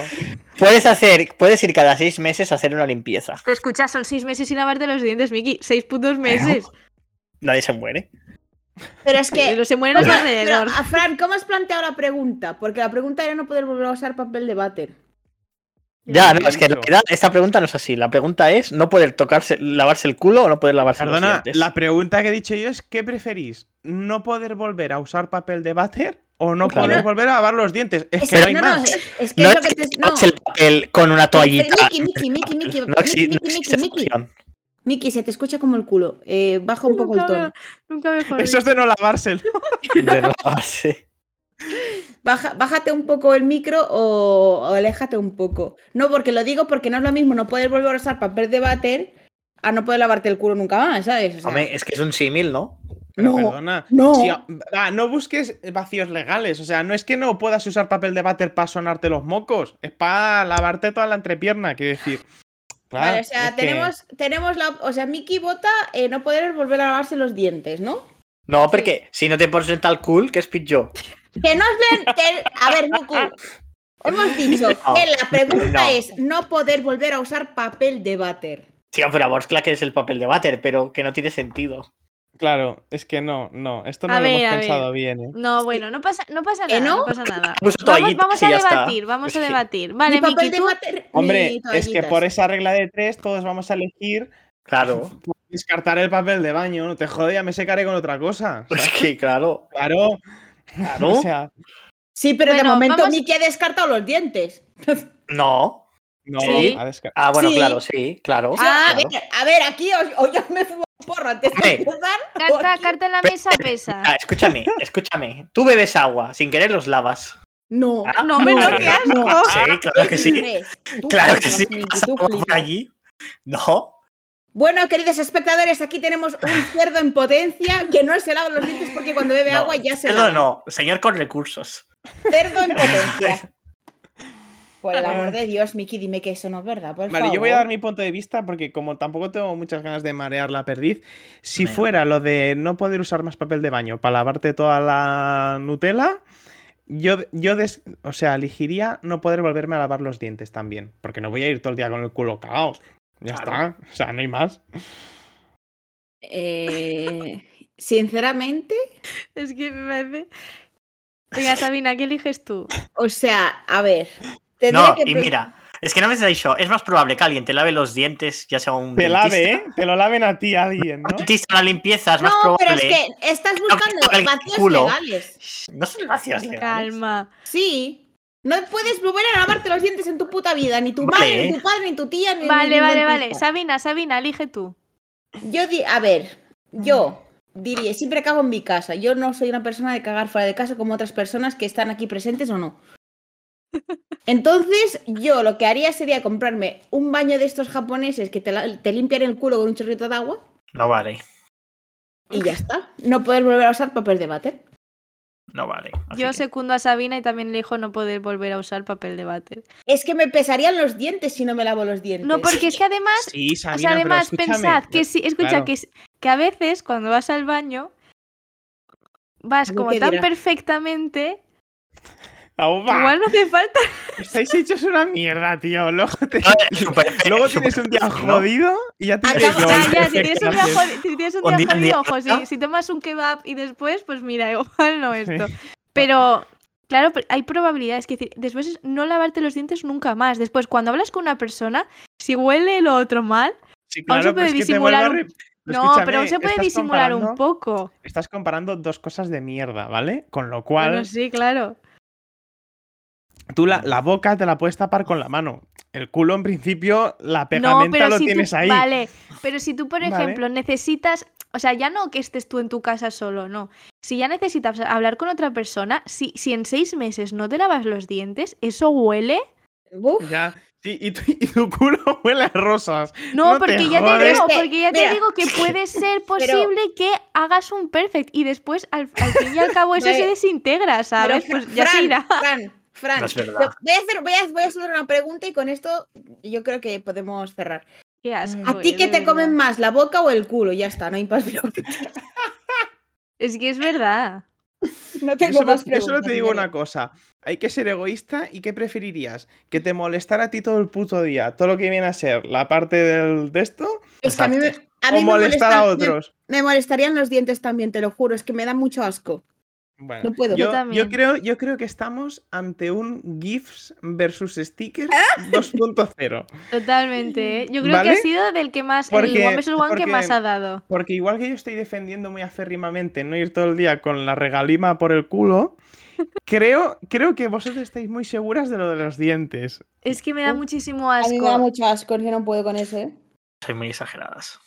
S3: Puedes hacer, puedes ir cada seis meses a hacer una limpieza.
S4: Pero escucha, son seis meses sin lavarte los dientes, Miki. Seis putos meses.
S3: Nadie se muere.
S1: Pero es que.
S4: Pero se mueren a
S1: Pero,
S4: tu
S1: pero,
S4: alrededor.
S1: a Fran, ¿cómo has planteado la pregunta? Porque la pregunta era no poder volver a usar papel de váter.
S3: Ya,
S2: lo
S3: no,
S2: he
S3: es que en
S2: dicho.
S3: realidad esta pregunta no es así. La pregunta es no poder tocarse, lavarse el culo o no poder lavarse los
S2: Perdona,
S3: dientes.
S2: la pregunta que he dicho yo es ¿qué preferís? ¿No poder volver a usar papel de váter o no
S3: Claro.
S2: poder volver a lavar los dientes? Es que
S1: Es-
S2: no hay
S1: no,
S2: más.
S1: no, es, es que
S3: No
S1: es lo
S3: es
S1: que
S3: que
S1: te. No.
S3: tocarse el papel con una toallita.
S1: Miki, Miki, Miki, Miki,
S3: No exi- no
S1: Miki,
S3: existe
S1: Miki,
S3: esa
S1: Miki.
S3: opción.
S1: Miki, se te escucha como el culo. Eh, baja un poco el
S4: Nunca me-
S1: tono.
S4: Nunca mejor.
S2: Eso es de no lavárselo.
S3: de lavarse.
S1: Baja, bájate un poco el micro o, o aléjate un poco. No, porque lo digo porque no es lo mismo no poder volver a usar papel de váter a no poder lavarte el culo nunca más, ¿sabes? O sea,
S3: Hombre, es que es un símil, ¿no?
S2: Pero
S1: no,
S2: perdona.
S1: no.
S2: si a- ah, no busques vacíos legales. O sea, no es que no puedas usar papel de váter para sonarte los mocos. Es para lavarte toda la entrepierna, quiero decir. Claro,
S1: Vale, o sea,
S2: es que-
S1: tenemos, tenemos la. O sea, Miki vota eh, no poder volver a lavarse los dientes, ¿no?
S3: No, porque si no te pones tal cool, que es pitjó.
S1: Que no os leen. que- a ver, Miki. Hemos dicho
S3: No,
S1: que la pregunta
S3: no.
S1: es no poder volver a usar papel de váter.
S3: Tío, pero a vos, claro que es el papel de váter, pero que no tiene sentido.
S2: Claro, es que no, no. Esto no
S4: A
S2: lo
S4: ver,
S2: hemos
S4: a
S2: pensado bien. ¿eh?
S4: No, bueno, no pasa, no pasa
S1: ¿Que
S4: nada.
S1: ¿Eh, no?
S4: No pasa nada.
S3: Puso
S4: Vamos,
S3: toallitas
S4: vamos
S3: y
S4: a
S3: ya está.
S4: debatir, vamos a
S3: Es que-
S4: debatir. Vale,
S1: ni papel
S4: Miki,
S1: de
S4: tú.
S1: váter ni
S2: Hombre, es que
S1: toallitas.
S2: por esa regla de tres todos vamos a elegir
S3: Claro.
S2: descartar el papel de baño. No te jode, ya me secaré con otra cosa.
S3: Es que, claro.
S2: Claro.
S3: Claro.
S2: O sea,
S1: Sí, pero de
S4: Bueno,
S1: momento
S4: vamos-
S1: Miki ha descartado los dientes.
S3: No.
S2: no.
S4: Sí.
S2: a desca-
S3: Ah, bueno,
S1: Sí.
S3: claro, sí, claro.
S1: Ah,
S4: Ah,
S1: a
S3: claro.
S1: ver, a ver, aquí os- o yo me fumo un porro antes de
S3: Hombre.
S1: empezar.
S4: Carta, carta en la mesa pesa.
S3: Ah, escúchame, escúchame. Tú bebes agua, sin querer los lavas.
S1: No.
S3: Ah,
S4: No, hombre, no,
S3: no,
S4: qué asco.
S1: no.
S3: Sí, claro que sí.
S1: Tú
S3: Claro que
S1: flipas,
S3: sí.
S1: Miki,
S3: Pasa
S1: tú
S3: por
S1: flipas.
S3: allí. No.
S1: Bueno, queridos espectadores, aquí tenemos un cerdo en potencia que no se lava los dientes porque cuando bebe
S3: no.
S1: agua ya se
S3: Cerdo
S1: lava.
S3: no, señor con recursos.
S1: Cerdo en potencia. Por el
S3: Ah.
S1: amor de Dios, Miki, dime que eso no es verdad, por
S2: Vale, yo voy a dar
S1: favor.
S2: mi punto de vista porque como tampoco tengo muchas ganas de marear la perdiz, si
S3: Venga.
S2: fuera lo de no poder usar más papel de baño para lavarte toda la Nutella, yo, yo des- o sea, elegiría no poder volverme a lavar los dientes también, porque no voy a ir todo el día con el culo cagado. Ya
S3: Claro.
S2: está, o sea, no hay más.
S1: Eh, sinceramente,
S4: Es que me parece. Venga, Sabina, ¿qué eliges tú?
S1: o sea, a ver. tendré
S3: No,
S1: que
S3: y
S1: pe-
S3: mira, es que no me pensáis yo. Es más probable que alguien te lave los dientes, ya sea un
S2: Te
S3: dentista,
S2: lave, ¿eh? Te lo laven a ti alguien,
S3: un
S2: ¿no?
S3: dentista la limpieza, es más
S1: No, pero
S3: probable.
S1: es que estás
S3: que
S1: buscando
S3: toque el
S1: vacíos
S3: culo.
S1: legales.
S3: No son gracias,
S4: Calma.
S1: Sí. No puedes volver a lavarte los dientes en tu puta vida, ni tu
S3: Vale.
S1: madre, ni tu padre, ni tu tía, ni ni-
S4: Vale,
S1: ni
S4: vale, vale.
S1: dentista.
S4: Sabina, Sabina, elige tú.
S1: Yo, di- a ver, yo diría, siempre cago en mi casa. Yo no soy una persona de cagar fuera de casa como otras personas que están aquí presentes o no. Entonces, yo lo que haría sería comprarme un baño de estos japoneses que te, la- te limpian el culo con un chorrito de agua
S3: No vale,
S1: y ya está. No puedes volver a usar papel de váter.
S3: no vale. Así
S4: Yo
S3: que-
S4: secundo a Sabina y también elijo no poder volver a usar papel de váter.
S1: Es que me pesarían los dientes si no me lavo los dientes.
S4: No, porque es que además
S2: Sí,
S4: O sea,
S2: Sabina, pero
S4: además,
S2: escúchame.
S4: pensad que sí, escucha,
S2: Claro.
S4: que, es- que a veces cuando vas al baño vas
S1: Yo
S4: como
S1: qué
S4: tan
S1: dirá.
S4: perfectamente
S2: Aupa.
S4: Igual no hace falta.
S2: Estáis hechos una mierda, tío. Luego, te-
S3: eh,
S5: Super-
S2: luego tienes un día
S5: ¿no?
S2: jodido y ya te
S5: Acabo-
S4: Ya, ya, si tienes un día
S2: Gracias.
S4: jodido, si tienes un
S5: Un
S4: día
S5: día- un día
S4: jodido, ojo,
S5: normal.
S4: si, si tomas un kebab y después, pues mira, igual no
S2: Sí.
S4: esto. Pero, claro, pero hay probabilidades. Que decir, después es no lavarte los dientes nunca más. Después, cuando hablas con una persona, si huele lo otro mal,
S2: Sí,
S4: Aún se
S2: claro, pero
S4: puede
S2: es que te
S4: disimular
S2: vuelvo a
S4: un-
S2: re-
S4: no,
S2: escúchame,
S4: pero se puede
S2: estás
S4: disimular un
S2: comparando-
S4: poco.
S2: Estás comparando dos cosas de mierda, ¿vale? Con lo cual,
S4: Bueno, sí, claro.
S2: tú la, la boca te la puedes tapar con la mano. El culo, en principio, la
S4: No,
S2: pegamenta
S4: pero
S2: lo
S4: si
S2: tienes
S4: tú,
S2: ahí.
S4: Vale, pero si tú, por
S2: Vale.
S4: ejemplo, necesitas, o sea, ya no que estés tú en tu casa solo, no. Si ya necesitas hablar con otra persona, si, si en seis meses no te lavas los dientes, eso huele.
S1: Buf.
S2: Ya. Sí, y, tu, y tu culo huele a rosas. No
S4: No,
S2: te
S4: porque ya te
S2: jodes.
S4: digo,
S1: Este,
S4: porque ya
S1: mira.
S4: te digo que puede ser posible que hagas un perfect y después al, al fin y al cabo eso se
S1: Vale.
S4: desintegra, ¿sabes?
S1: Pero, Fra-
S4: Pues ya se irá.
S1: Fran, Fran,
S3: No es
S1: te-
S3: verdad.
S1: Voy, a hacer, voy, a, voy a hacer una pregunta y con esto yo creo que podemos cerrar.
S4: Qué asco,
S1: ¿A ti
S4: eh,
S1: qué
S4: de
S1: te comen
S4: verdad.
S1: más, la boca o el culo? Ya está, no hay más preguntas.
S4: Es que es verdad.
S1: No
S2: Yo
S1: tengo
S2: solo,
S1: más
S2: yo
S1: preguntas.
S2: solo te digo
S1: señores.
S2: una cosa. Hay que ser egoísta y ¿qué preferirías? ¿Que te molestara a ti todo el puto día? Todo lo que viene a ser la parte del, de esto
S1: Es que a mí, me-
S3: Exacto.
S1: a
S2: o
S1: mí me
S2: molestar a
S1: molestan- me-
S2: otros.
S1: Me molestarían los dientes también, te lo juro, es que me da mucho asco.
S2: Bueno,
S1: No puedo.
S2: Yo,
S4: Yo
S2: yo
S4: también.
S2: creo, yo creo que estamos ante un GIFs versus stickers
S1: Ah.
S2: 2.0.
S4: Totalmente. ¿eh? Yo creo
S2: ¿Vale?
S4: que ha sido del que más,
S2: Porque-
S4: el One versus One
S2: porque-
S4: que más ha dado.
S2: Porque igual que yo estoy defendiendo muy aférrimamente no ir todo el día con la regalima por el culo, creo, creo que vosotros estáis muy seguras de lo de los dientes.
S4: Es que me da
S1: Uf,
S4: muchísimo
S1: A mí me da
S4: asco.
S1: mucho asco, es que no puedo con ese. ¿eh?
S3: Soy muy exageradas.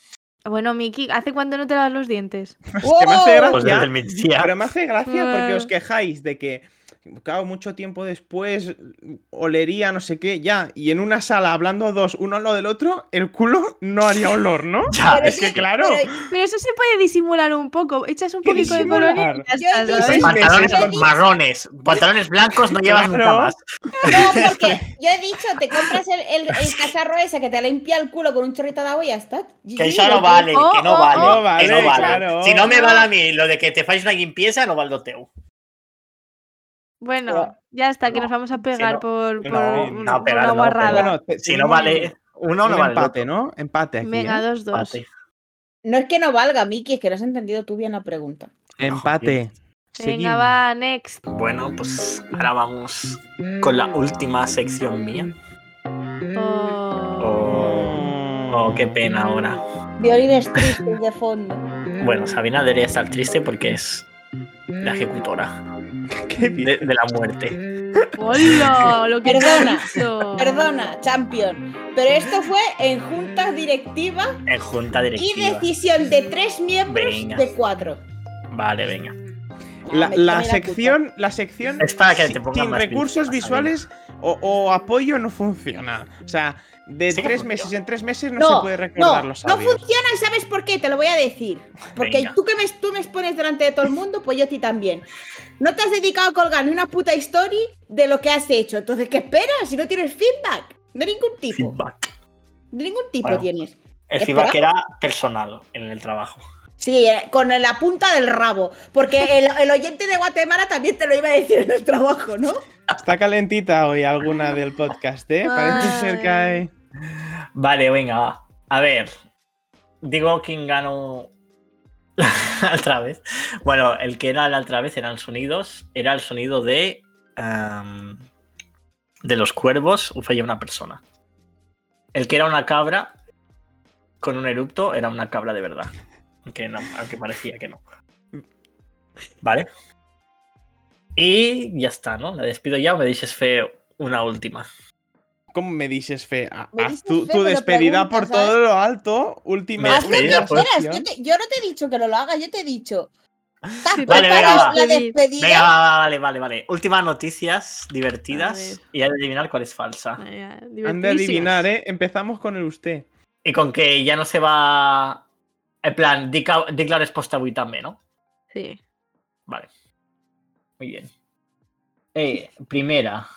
S4: Bueno, Miki, ¿hace cuánto no te lavas los dientes?
S2: que me hace
S1: ¡Wow!
S2: gracia.
S3: Pues desde mi tía.
S2: Pero me hace gracia porque os
S4: Ah.
S2: quejáis de que, claro, mucho tiempo después olería no sé qué, ya, y en una sala hablando dos, uno lo del otro, el culo no haría olor, ¿no?
S3: Ya,
S1: Pero
S2: es que claro.
S1: pero
S4: Pero eso se puede disimular un poco. Echas un
S2: ¿Qué
S4: poquito de colonia
S2: disimular?
S4: y ya está,
S1: Yo- yo-
S4: ¿sabes?
S2: Seis
S3: pantalones
S2: meses
S1: con-
S3: marrones, pantalones blancos no llevas nunca
S2: Claro.
S3: más.
S1: No, porque yo he dicho, te compras el, el, el cacharro ese que te limpia el culo con un chorrito de agua y ya está.
S5: Que
S1: GG,
S5: eso no
S1: lo
S5: vale,
S4: Oh,
S5: que no
S4: oh,
S5: vale.
S2: oh. No
S5: que no
S2: vale,
S5: vale.
S2: claro.
S5: Si no me
S4: No.
S5: vale a mí lo de que te fais una limpieza, no vale el teu.
S4: Bueno,
S1: Pero-
S4: ya está, que
S3: no,
S4: nos vamos a
S3: no-
S4: pegar por,
S2: que
S4: por
S2: no,
S4: un-
S3: no, pegar
S4: una
S3: no,
S4: guarrada.
S3: pero
S2: Bueno, te-
S3: Si no
S2: tenemos
S3: vale uno,
S2: un
S3: no vale el
S2: empate,
S3: otro.
S2: ¿no? Empate aquí.
S4: Venga,
S2: ¿eh?
S4: dos, dos.
S3: Empate.
S1: No es que no valga, Miki, es que no has entendido tú bien la pregunta.
S2: Empate.
S4: Venga,
S2: Seguimos.
S4: va, next.
S3: Bueno, pues ahora vamos con la última sección mía.
S4: Oh.
S3: Oh, oh, qué pena ahora.
S1: Violines tristes de fondo.
S3: Bueno, Sabina debería estar triste porque es la ejecutora
S2: Qué
S3: de, de la muerte.
S4: ¡Hola! Lo que te
S1: Perdona,
S4: has dicho.
S1: Perdona, champion, pero esto fue en junta directiva
S3: En junta
S1: y
S3: directiva.
S1: decisión de tres miembros
S3: Venga.
S1: de cuatro.
S3: Vale, venga.
S2: La,
S1: Ah, Me-
S2: la
S1: me
S2: sección, la sección
S3: Es para que
S2: sin,
S3: te pongan
S2: sin
S3: más
S2: recursos
S3: pinzas,
S2: visuales o, o apoyo no funciona. O sea, de
S3: Sí que
S2: tres
S3: funciona.
S2: meses en tres meses no,
S1: No,
S2: se puede
S1: No,
S2: recordar
S1: no
S2: los sabios.
S1: funciona y sabes por qué, te lo voy a decir. Porque
S3: Venga.
S1: tú que me, tú me expones delante de todo el mundo, pues yo a ti también. No te has dedicado a colgar ni una puta story de lo que has hecho. Entonces, ¿qué esperas si no tienes feedback? De ningún tipo.
S3: Feedback.
S1: De ningún tipo
S3: Bueno.
S1: tienes.
S3: El
S1: Espera.
S3: feedback era personal en el trabajo.
S1: Sí, eh, con la punta del rabo. Porque el, el oyente de Guatemala también te lo iba a decir en el trabajo, ¿no?
S2: Está calentita hoy alguna del podcast, ¿eh? Parece ser que hay...
S3: Vale, venga, va. A ver. Digo quién ganó la otra vez. Bueno, el que era la otra vez eran sonidos. Era el sonido de. em, de los cuervos, o fue ya una persona. El que era una cabra con un eructo era una cabra de verdad. Aunque, no, aunque parecía que no. Vale. Y ya está, ¿no? La despido ya o me dices feo una última.
S2: ¿Cómo me dices, Fe? Ha-
S1: Me
S2: Haz
S1: dices,
S2: tu,
S1: Fe,
S2: tu
S1: pero
S2: despedida por
S1: preguntas, ¿sabes?
S2: todo lo alto. Última...
S3: Me
S1: Haz lo que
S3: despedida,
S2: última
S1: quieras.
S3: pues,
S1: Yo,
S2: sección.
S1: te- yo no te he dicho que no lo hagas, yo te he dicho. Estás
S3: Vale, venga,
S1: preparado
S3: va.
S1: la
S3: Venga,
S1: despedida.
S3: va, va, vale, vale, vale. Últimas noticias
S4: A
S3: divertidas
S4: ver.
S3: y hay que adivinar cuál es falsa.
S4: Vaya,
S2: Han de adivinar,
S4: divertidísimas.
S2: ¿eh? Empezamos con el usted.
S3: Y con que ya no se va. En plan, dic a- dic la respuesta avui també, no?
S4: Sí.
S3: Vale. Muy bien. Eh, primera.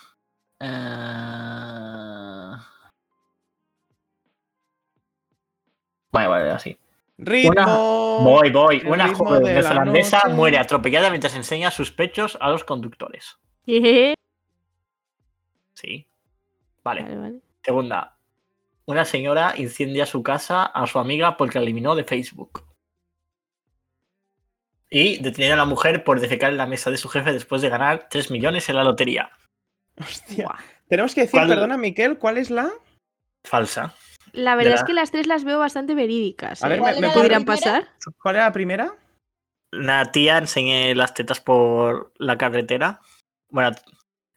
S3: Eh, Vale, vale, así.
S2: Ritmo.
S3: Voy, voy.
S2: Oh, El
S3: Una
S2: ritmo
S3: joven
S2: de la
S3: neozelandesa
S2: noche.
S3: muere atropellada mientras enseña sus pechos a los conductores.
S4: Jeje.
S3: Sí. Vale.
S4: Vale, vale.
S3: Segunda. Una señora incendia su casa a su amiga porque la eliminó de Facebook. Y detenieron a la mujer por defecar en la mesa de su jefe después de ganar 3 millones en la lotería.
S2: Hostia.
S4: Buah.
S2: Tenemos que decir,
S3: ¿Cuál-
S2: perdona, Miquel, ¿cuál es la?
S3: Falsa.
S4: La verdad es
S3: la-
S4: que las tres las veo bastante verídicas.
S2: A ver,
S4: ¿eh?
S2: me- me-
S4: ¿Pudieran
S1: ¿La primera?
S4: pasar?
S2: ¿Cuál era la primera?
S3: La tía enseñé las tetas por la carretera. Bueno,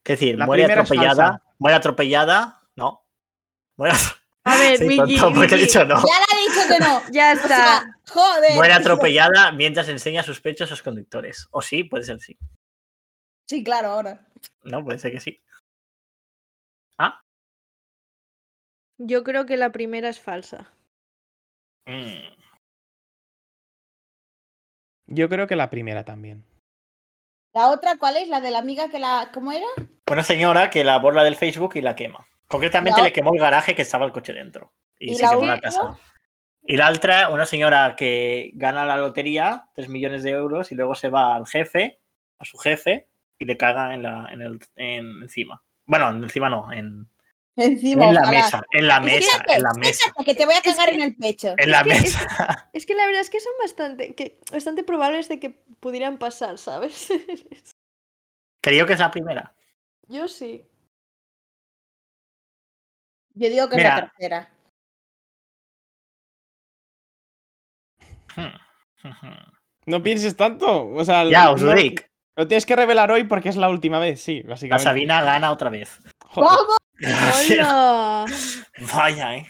S3: qué decir,
S2: La
S3: muere
S2: primera es falsa.
S3: atropellada. Muere atropellada. No. Muere,
S4: A ver,
S3: soy
S4: Miki,
S3: tonto porque he
S4: Miki,
S3: dicho no.
S1: Ya le he dicho que no.
S4: Ya
S1: O
S4: está.
S1: sea, joder.
S3: Muere atropellada mientras enseña sus pechos a sus conductores. O sí, puede ser sí.
S1: Sí, claro, ahora.
S3: No, puede ser que sí.
S4: Yo creo que la primera es falsa.
S3: Mm.
S2: Yo creo que la primera también.
S1: La otra, ¿cuál es? La de la amiga que la. ¿Cómo era?
S3: Una señora que la borra del Facebook y la quema. Concretamente
S1: La
S3: le quemó el garaje que estaba el coche dentro. Y,
S1: ¿Y
S3: se
S1: la
S3: quemó la
S1: otra?
S3: casa. Y la otra, una señora que gana la lotería, 3 millones de euros, y luego se va al jefe, a su jefe, y le caga en la, en el, en- encima. Bueno, encima no, en,
S1: Encima.
S3: en la
S1: ojalá.
S3: mesa, en la mesa,
S1: Espérate,
S3: en la mesa, Eh,
S1: espérate, que te voy a
S4: Es
S1: cagar
S4: que-
S1: en el pecho.
S3: en la
S4: Es que- es-
S3: mesa.
S4: Es que la verdad es que son bastante, que, bastante probables de que pudieran pasar, ¿sabes?
S3: Creo que es la primera.
S4: Yo sí.
S1: Yo digo que es la
S3: Mira.
S1: tercera.
S2: No pienses tanto. O sea,
S3: Hmm. Ya,
S2: no-
S3: os lo digo.
S2: Lo tienes que revelar hoy porque es la última vez, sí,
S3: La
S2: básicamente.
S3: Sabina gana otra vez.
S2: Joder.
S1: ¿Cómo?
S4: Hola.
S3: Vaya, ¿eh?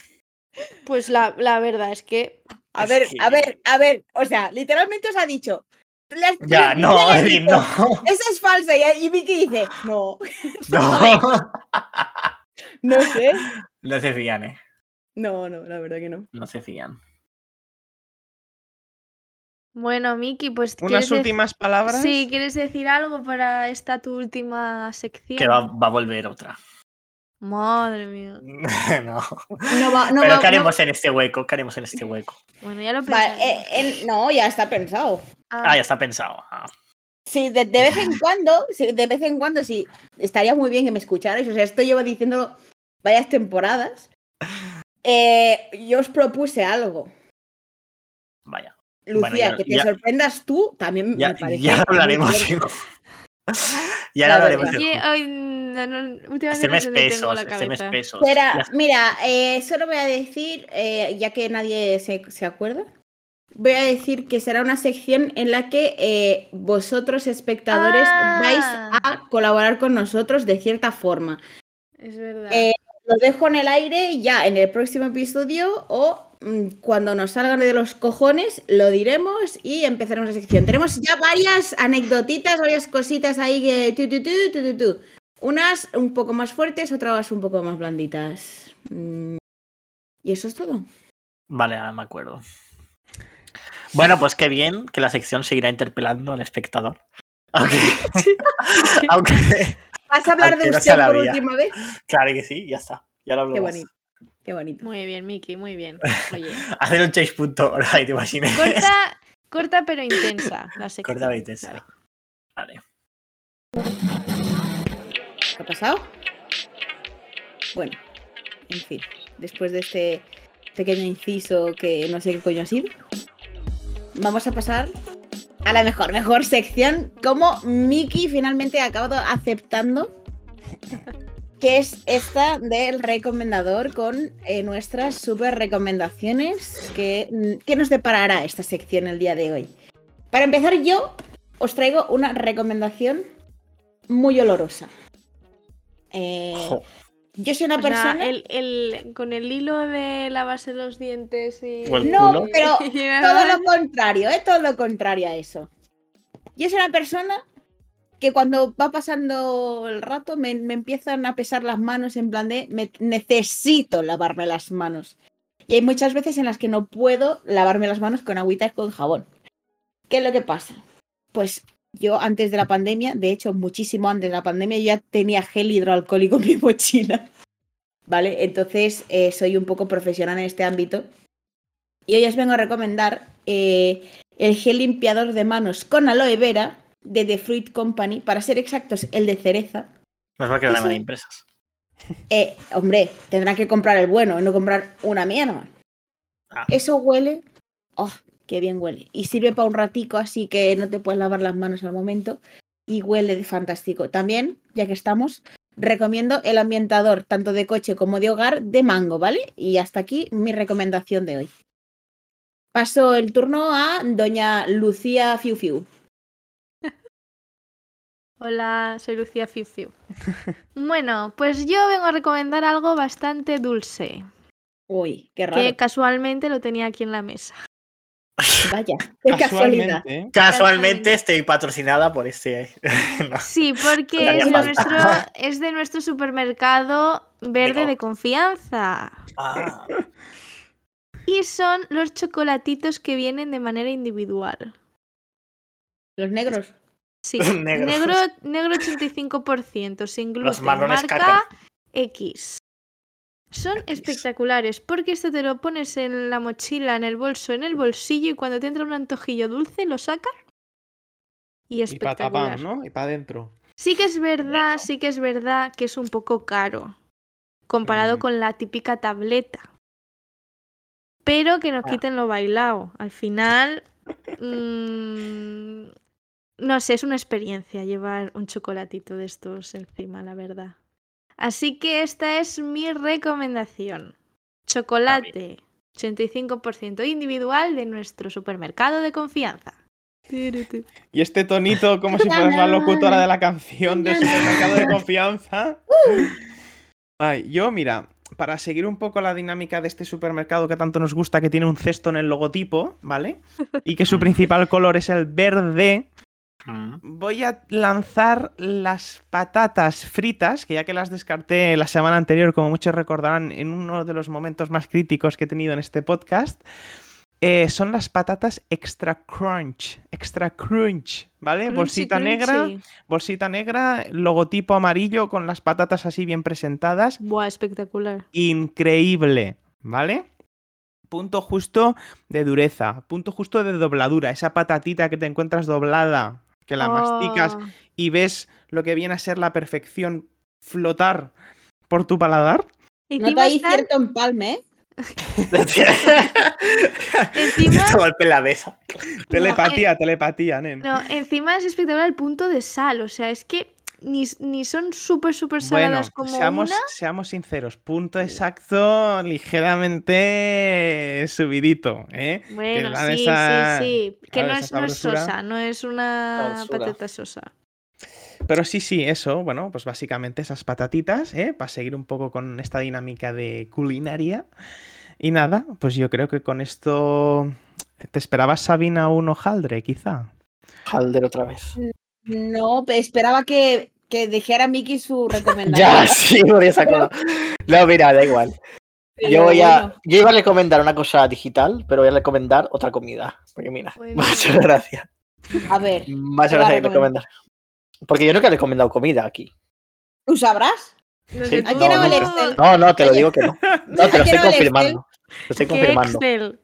S4: Pues la, la verdad es que
S1: A
S3: Es
S1: ver,
S3: que-
S1: a ver, a ver. O sea, literalmente os ha dicho. las-
S3: Ya,
S1: las-
S3: no,
S1: ya le he
S3: Eddie,
S1: dicho,
S3: no.
S1: Esa es falsa. Y, y Vicky dice, no,
S3: No,
S1: no sé.
S3: no se fían, ¿eh?
S1: No, no, la verdad que no.
S3: No se fían.
S4: bueno, Miki, pues
S2: Unas
S4: dec-
S2: últimas palabras.
S4: Sí, ¿quieres decir algo para esta tu última sección?
S3: Que va, va a volver otra.
S4: Madre mía.
S3: no.
S1: No va, no
S3: Pero
S1: va-
S3: ¿qué
S1: no-
S3: haremos en este hueco? ¿Qué haremos en este hueco?
S4: Bueno, ya lo
S1: Vale,
S4: pensaré.
S1: eh, eh, no, ya está pensado.
S3: Ah, ya está pensado. Ah,
S1: Sí, de, de vez en cuando, sí, de vez en cuando sí, estaría muy bien que me escucharais. O sea, esto llevo diciéndolo varias temporadas. Eh, yo os propuse algo.
S3: vaya.
S1: Lucía,
S3: Bueno, ya-
S1: que te
S3: ya-
S1: sorprendas tú también
S3: Ya,
S1: me parece.
S3: ya lo
S1: muy
S3: hablaremos.
S1: bien.
S3: hijo. ya lo
S1: La
S3: hablaremos.
S1: verdad.
S4: Oye,
S3: hijo.
S4: ay, no, no, últimamente no sé
S3: Hacedme
S4: dónde tengo
S3: espesos,
S4: la
S3: hacedme
S4: cabeza.
S3: espesos.
S1: Espera,
S3: Ya-
S1: mira, eh, solo voy a decir, eh, ya que nadie se, se acuerda, voy a decir que será una sección en la que eh, vosotros, espectadores, vais
S4: Ah.
S1: a colaborar con nosotros de cierta forma.
S4: Es verdad.
S1: Eh, lo dejo en el aire ya en el próximo episodio o mm, cuando nos salgan de los cojones lo diremos y empezaremos la sección. Tenemos ya varias anecdotitas, varias cositas ahí que... tu, tu, tu, tu, tu, tu. Unas un poco más fuertes, otras un poco más blanditas. Mm, Y eso es todo.
S3: Vale, ahora me acuerdo. Bueno, pues qué bien que la sección seguirá interpelando al espectador. Aunque, aunque,
S1: ¿Vas a hablar
S3: Aunque
S1: de
S3: no
S1: usted
S3: se la
S1: por
S3: vea.
S1: última vez?
S3: claro que sí, ya está. Ya lo
S1: Qué
S3: hablamos.
S1: bonito. Qué bonito.
S4: Muy bien, Miki, muy bien. Oye,
S3: Hacer un chase punto, ¿te imaginas?
S4: corta, corta pero intensa la sección.
S3: Corta intensa.
S4: Vale.
S3: Vale.
S1: ¿Qué ha pasado? Bueno, en fin, después de este pequeño inciso que no sé qué coño ha sido, vamos a pasar a la mejor, mejor sección, como Mickey finalmente ha acabado aceptando, que es esta del recomendador con eh, nuestras super recomendaciones que, mm, que nos deparará esta sección el día de hoy. Para empezar yo os traigo una recomendación muy olorosa. Eh,
S3: Jo.
S1: yo soy una
S4: O sea,
S1: persona.
S4: el- el- con el hilo de lavarse los dientes y.
S3: O el
S1: No,
S3: culo.
S1: pero
S4: y nada
S1: todo
S4: más.
S1: lo contrario, es todo lo contrario a eso. Yo soy una persona que cuando va pasando el rato me, me empiezan a pesar las manos en plan de me- necesito lavarme las manos. Y hay muchas veces en las que no puedo lavarme las manos con agüita y con jabón. ¿Qué es lo que pasa? Pues yo antes de la pandemia, de hecho muchísimo antes de la pandemia, yo ya tenía gel hidroalcohólico en mi mochila. ¿Vale? Entonces eh, soy un poco profesional en este ámbito. Y hoy os vengo a recomendar eh, el gel limpiador de manos con aloe vera de The Fruit Company, para ser exactos, el de cereza.
S3: Nos va a quedar
S1: Sí,
S3: la de
S1: sí.
S3: empresas.
S1: Eh, hombre, tendrán que comprar el bueno y no comprar una mierda.
S6: Ah.
S1: Eso huele. ¡Oh, qué bien huele! Y sirve para un ratico, así que no te puedes lavar las manos al momento. Y huele de fantástico. También, ya que estamos, recomiendo el ambientador, tanto de coche como de hogar, de mango, ¿vale? Y hasta aquí mi recomendación de hoy. Paso el turno a doña Lucía Fiu Fiu.
S4: Hola, soy Lucía Fifiu. bueno, pues yo vengo a recomendar algo bastante dulce,
S1: Uy, qué raro.
S4: que casualmente lo tenía aquí en la mesa.
S1: Vaya, qué casualidad.
S2: Casualmente, ¿eh?
S6: Casualmente estoy patrocinada por este.
S3: eh.
S6: No.
S4: Sí, porque
S6: Todavía
S4: es,
S6: falta.
S4: nuestro, es de nuestro supermercado verde
S6: Pero-
S4: de confianza.
S6: Ah,
S4: Y son los chocolatitos que vienen de manera individual.
S1: Los negros.
S4: Sí,
S6: Negros.
S4: negro, negro 85%, sin gluten,
S6: Los marrones
S4: marca
S6: caca.
S4: X. Son espectaculares porque esto te lo pones en la mochila, en el bolso, en el bolsillo y cuando te entra un antojillo dulce lo sacas y
S2: Y para
S4: espectacular.
S2: tapar, ¿no? Y para adentro.
S4: Sí que es verdad, sí que es verdad que es un poco caro comparado
S2: Mm.
S4: con la típica tableta. Pero que
S2: Ah.
S4: nos quiten lo bailado. Al final, mm, no sé, es una experiencia llevar un chocolatito de estos encima, la verdad. Así que esta es mi recomendación. Chocolate 85% individual de nuestro supermercado de confianza. Tirutu.
S2: Y este tonito, como si fueras la locutora de la canción de Supermercado de Confianza. Ay, yo, mira, para seguir un poco la dinámica de este supermercado que tanto nos gusta, que tiene un cesto en el logotipo, ¿vale? Y que su principal color es el verde.
S6: mm.
S2: Voy a lanzar las patatas fritas, que ya que las descarté la semana anterior, como muchos recordarán, en uno de los momentos más críticos que he tenido en este podcast, eh, son las patatas extra crunch, extra crunch, ¿vale?
S4: Crunchy,
S2: bolsita negra,
S4: crunchy.
S2: bolsita negra, logotipo amarillo con las patatas así bien presentadas,
S4: Buah, espectacular.
S2: increíble, ¿vale? Punto justo de dureza, punto justo de dobladura, esa patatita que te encuentras doblada, que la masticas
S4: Oh,
S2: y ves lo que viene a ser la perfección flotar por tu paladar.
S1: No
S4: Encima,
S1: hay
S4: están-
S1: cierto empalme, ¿eh?
S4: encima-
S6: Este golpe en la mesa.
S2: Telepatía, telepatía, nen.
S4: eh, no, encima es espectacular el punto de sal. O sea, es que ni, ni son súper, súper
S2: Bueno,
S4: saladas como
S2: seamos,
S4: una.
S2: seamos sinceros, punto exacto ligeramente subidito, ¿eh?
S4: Bueno,
S2: dan
S4: sí,
S2: esa-
S4: sí, sí. Que
S2: claro,
S4: no
S2: esa
S4: es, no es
S2: sabrosura.
S4: sosa, no es una
S3: Sabrosura.
S4: patata sosa.
S2: Pero sí, sí, eso, bueno, pues básicamente esas patatitas, ¿eh? Para seguir un poco con esta dinámica de culinaria. Y nada, pues yo creo que con esto... ¿Te esperabas, Sabina, un hojaldre, quizá?
S3: Halder otra vez.
S1: No, pe- esperaba que, que dijera Miki su recomendación.
S3: Ya, sí, voy a sacarlo. No, mira, da igual. Yo
S1: pero
S3: voy a.
S1: bueno.
S3: Yo iba a recomendar una cosa digital, pero voy a recomendar otra comida. Porque mira,
S4: Bueno.
S3: muchas gracias.
S1: A ver,
S3: Muchas
S1: Te va a
S3: gracias por recomendar. Porque yo nunca he recomendado comida aquí.
S1: ¿tú sabrás?
S4: No
S3: Sí,
S4: sé,
S3: no,
S4: tú-
S1: Aquí no vale
S4: no,
S1: Excel.
S3: No, no, te lo
S1: Oye.
S3: digo que no. No, te lo
S1: Aquí
S3: estoy
S1: no vale Excel.
S3: confirmando. Lo estoy
S4: qué
S3: confirmando.
S4: Excel.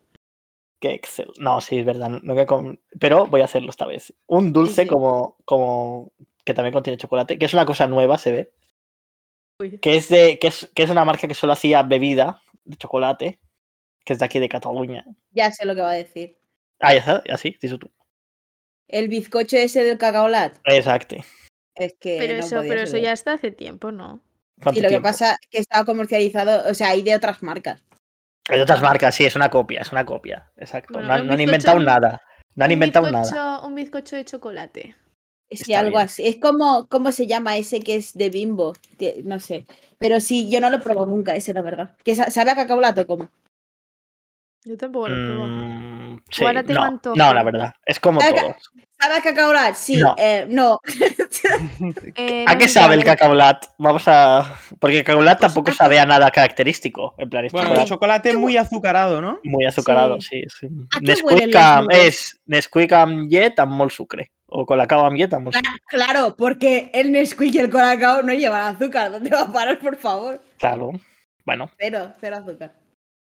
S3: Que Excel. No, sí, es verdad. nunca com- Pero voy a hacerlo esta vez. Un dulce
S1: sí.
S3: como, como que también contiene chocolate, que es una cosa nueva, se ve.
S4: Uy.
S3: Que es, de, que es, que es una marca que solo hacía bebida de chocolate, que es de aquí de Cataluña.
S1: Ya sé lo que va a decir.
S3: Ah, ya sabes, así, dices tú.
S1: El bizcocho ese del cacaolat.
S3: Exacto.
S1: Es que.
S4: Pero
S1: no
S4: eso,
S1: podía
S4: pero eso
S1: ser.
S4: ya está hace tiempo, ¿no?
S3: ¿Cuánto
S1: Y lo que
S3: tiempo?
S1: pasa es que estaba comercializado, o sea, hay de otras marcas.
S3: Hay otras marcas, sí, es una copia, es una copia. Exacto.
S4: Bueno,
S3: no, han-
S4: un
S3: no han
S4: bizcocho
S3: inventado
S4: no-
S3: nada. No han
S4: Un
S3: inventado nada.
S4: bizcocho- Un bizcocho de chocolate.
S1: Es
S3: Está
S1: algo
S3: bien.
S1: así. Es como, ¿cómo se llama ese que es de bimbo? Que- No sé. Pero sí, yo no lo he probado nunca, ese, la verdad. Que sa- sabe a cacaolat o como.
S4: Yo tampoco lo pruebo.
S3: Mm, sí,
S4: ahora tengo
S3: no,
S4: antojo.
S3: no, la verdad. Es como
S1: Ah,
S3: todo.
S1: ¿Sabe a cacaolat? Sí,
S3: No.
S1: eh, no.
S4: Eh,
S3: ¿A
S4: no
S3: qué
S4: sé,
S3: sabe el
S4: ver.
S3: cacaolat? Vamos a. Porque el cacaolat
S4: Pues
S3: tampoco
S4: a-
S3: sabe a nada característico. En plan, es
S2: Bueno,
S3: chocolate
S2: chocolate muy azucarado, ¿no?
S3: muy azucarado, sí. sí.
S1: ¿A qué huelen
S3: Nesquik,
S1: los
S3: am-
S1: nudos?
S3: es Nesquik amb llet amb molt sucre. O con la cava amb llet amb
S1: Ah.
S3: molt sucre.
S1: Claro, porque el Nesquik y el Colacao no llevan azúcar. ¿Dónde va a parar, por favor?
S3: Claro. Bueno,
S1: Cero, cero azúcar.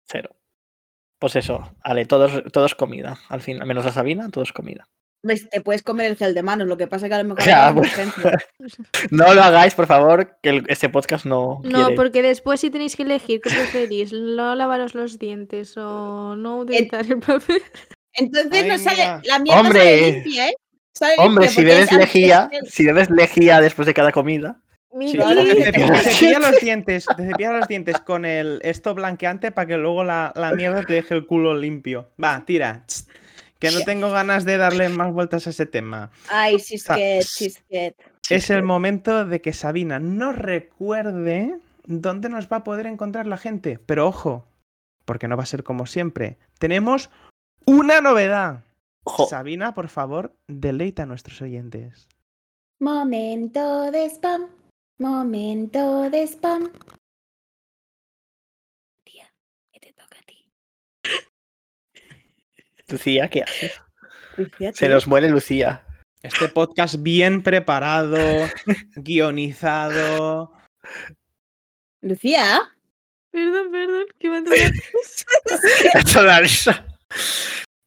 S3: cero. Pues eso, vale, todos, todos comida. Al fin, menos la Sabina, todos comida.
S1: Pues te puedes comer el gel de manos, lo que pasa es que a lo mejor.
S5: Ya, pues.
S1: hay
S5: bueno.
S1: urgencia.
S5: No lo hagáis, por favor, que el- este podcast no.
S4: No,
S5: quiere.
S4: porque después si tenéis que elegir qué preferís, no lavaros los dientes o no utilizar el papel.
S1: Entonces
S2: Ay,
S1: no sale.
S2: mira.
S1: La mierda
S5: Hombre.
S1: sale limpia, ¿eh? Sale
S5: Hombre,
S1: limpia
S5: si
S1: porque
S5: bebes
S1: es antes
S5: lejía,
S1: del-
S5: si bebes lejía después de cada comida.
S2: Sí,
S1: Claro,
S2: te,
S1: que
S2: te-
S1: te
S2: te
S1: pasa.
S2: cepillas los dientes, te cepillas los dientes con el esto blanqueante para que luego la, la mierda te deje el culo limpio. Va, tira. Tss. Que no tengo ganas de darle más vueltas a ese tema.
S1: Ay, Sisket,
S2: Ah.
S1: Sisket.
S2: es el momento de que Sabina nos recuerde dónde nos va a poder encontrar la gente. Pero ojo, porque no va a ser como siempre. Tenemos una novedad.
S5: Ojo.
S2: Sabina, por favor, deleita a nuestros oyentes.
S1: Momento de spam. Momento de spam. Tía, que te toca a ti.
S5: Lucía, ¿qué haces? Se nos muere Lucía.
S2: Este podcast bien preparado, guionizado.
S1: Lucía.
S4: Perdón, perdón, que me ha entrado-
S5: Esto da risa.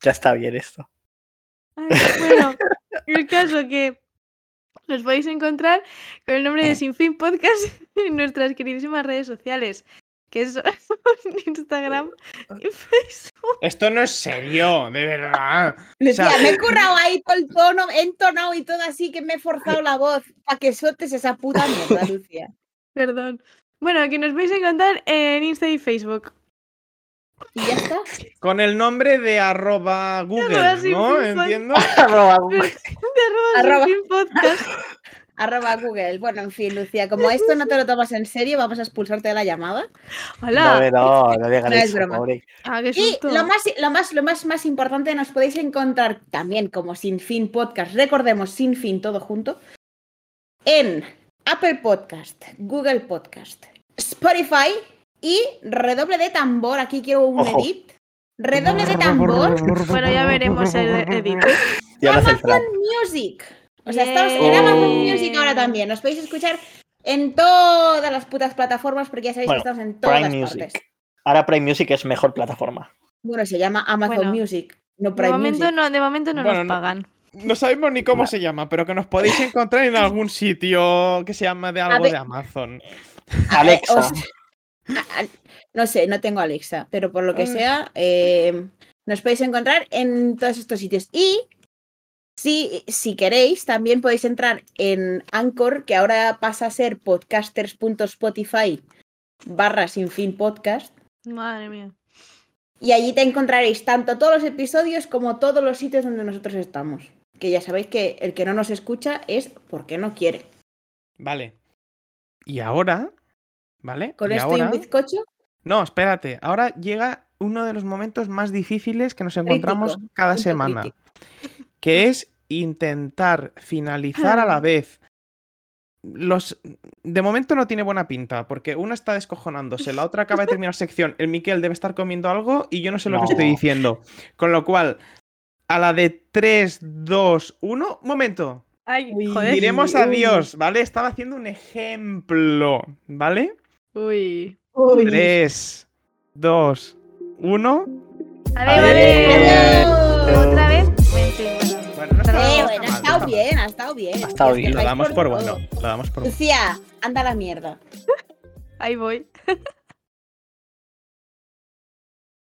S5: Ya está bien esto.
S4: Ay, Bueno, el caso que los podéis encontrar con el nombre de Sin Fin Podcast en nuestras queridísimas redes sociales, que son Instagram y Facebook.
S2: Esto no es serio, de verdad.
S1: Lucía,
S2: sea-
S1: me he currado ahí con el tono, he entonado y todo así que me he forzado la voz para que sueltes esa puta mierda, Lucía.
S4: Perdón. Bueno, que nos podéis encontrar en Insta y Facebook.
S1: Y ya está.
S2: Con el nombre de arroba
S4: Arroba
S2: Google,
S4: sin
S2: ¿no?
S4: fin,
S2: Entiendo.
S5: Arroba
S3: Oh
S5: Google.
S4: De
S1: Arroba.
S4: arroba Sin Fin Podcast.
S1: Arroba Google. Bueno, en fin, Lucía, como esto no te lo tomas en serio, vamos a expulsarte de la llamada.
S4: Hola.
S5: No, no, no le ganéis,
S1: broma.
S5: pobre.
S4: Ah, qué
S1: Y
S4: susto.
S1: lo más, lo más, lo más, más importante, nos podéis encontrar también como Sin Fin Podcast. Recordemos, Sin Fin, todo junto. En Apple Podcast, Google Podcast, Spotify y redoble de tambor. Aquí quiero un
S5: Ojo.
S1: edit. Redoble de tambor.
S4: Bueno, ya veremos el edit.
S5: Ya lo hace el
S1: Amazon
S5: Fran.
S1: Music. O sea, estamos en
S5: Bien.
S1: Amazon Music ahora también. Nos podéis escuchar en todas las putas plataformas porque ya sabéis
S5: Bueno,
S1: que estamos en todas
S5: Prime
S1: partes.
S5: Music. Ahora Prime Music es mejor plataforma.
S1: Bueno, se llama Amazon
S4: Bueno,
S1: Music, no
S4: De
S1: Prime
S4: momento
S1: Music.
S4: no, de momento no
S2: Bueno,
S4: nos
S2: no.
S4: pagan.
S2: No sabemos ni cómo se llama, pero que nos podéis encontrar en algún sitio que se llama de algo
S1: ver.
S2: de Amazon.
S1: A ver,
S5: Alexa.
S1: os- No sé, no tengo Alexa, pero por lo que
S2: Ah.
S1: sea, eh, nos podéis encontrar en todos estos sitios. Y si, si queréis, también podéis entrar en Anchor, que ahora pasa a ser podcasters.spotify barra sin fin podcast.
S4: Madre mía.
S1: Y allí te encontraréis tanto todos los episodios como todos los sitios donde nosotros estamos. Que ya sabéis que el que no nos escucha es porque no quiere.
S2: Vale. Y ahora, ¿vale?
S1: Con
S2: y
S4: este
S1: esto y
S2: ahora...
S1: un bizcocho,
S2: No, espérate. Ahora llega uno de los momentos más difíciles que nos encontramos
S1: Crítico,
S2: cada
S1: punto
S2: semana. que es intentar finalizar a la vez. Los de momento no tiene buena pinta, porque una está descojonándose, la otra acaba de terminar sección, el Miquel debe estar comiendo algo y yo no sé lo que estoy
S5: No.
S2: diciendo. Con lo cual, a la de 3, 2, 1, momento.
S4: Ay,
S1: Uy,
S4: joder.
S2: Diremos
S1: uy.
S2: adiós, ¿vale? Estaba haciendo un ejemplo, ¿vale?
S4: Uy.
S1: Uy.
S2: 3, 2, 1.
S4: Vale,
S5: Adiós.
S4: vale.
S1: ¡Adiós!
S4: Otra vez. Bueno, sí, bueno.
S2: Bueno, no está mal,
S1: Eh,
S2: no está mal, no
S1: bueno, ¡Eh, ha estado
S2: está mal.
S1: bien, ha estado bien.
S5: Ha estado
S1: Os
S5: bien,
S2: Lo
S1: dejáis
S2: damos por
S1: todo.
S2: bueno. Lo damos por bueno.
S1: Lucía, anda a la mierda.
S4: Ahí voy.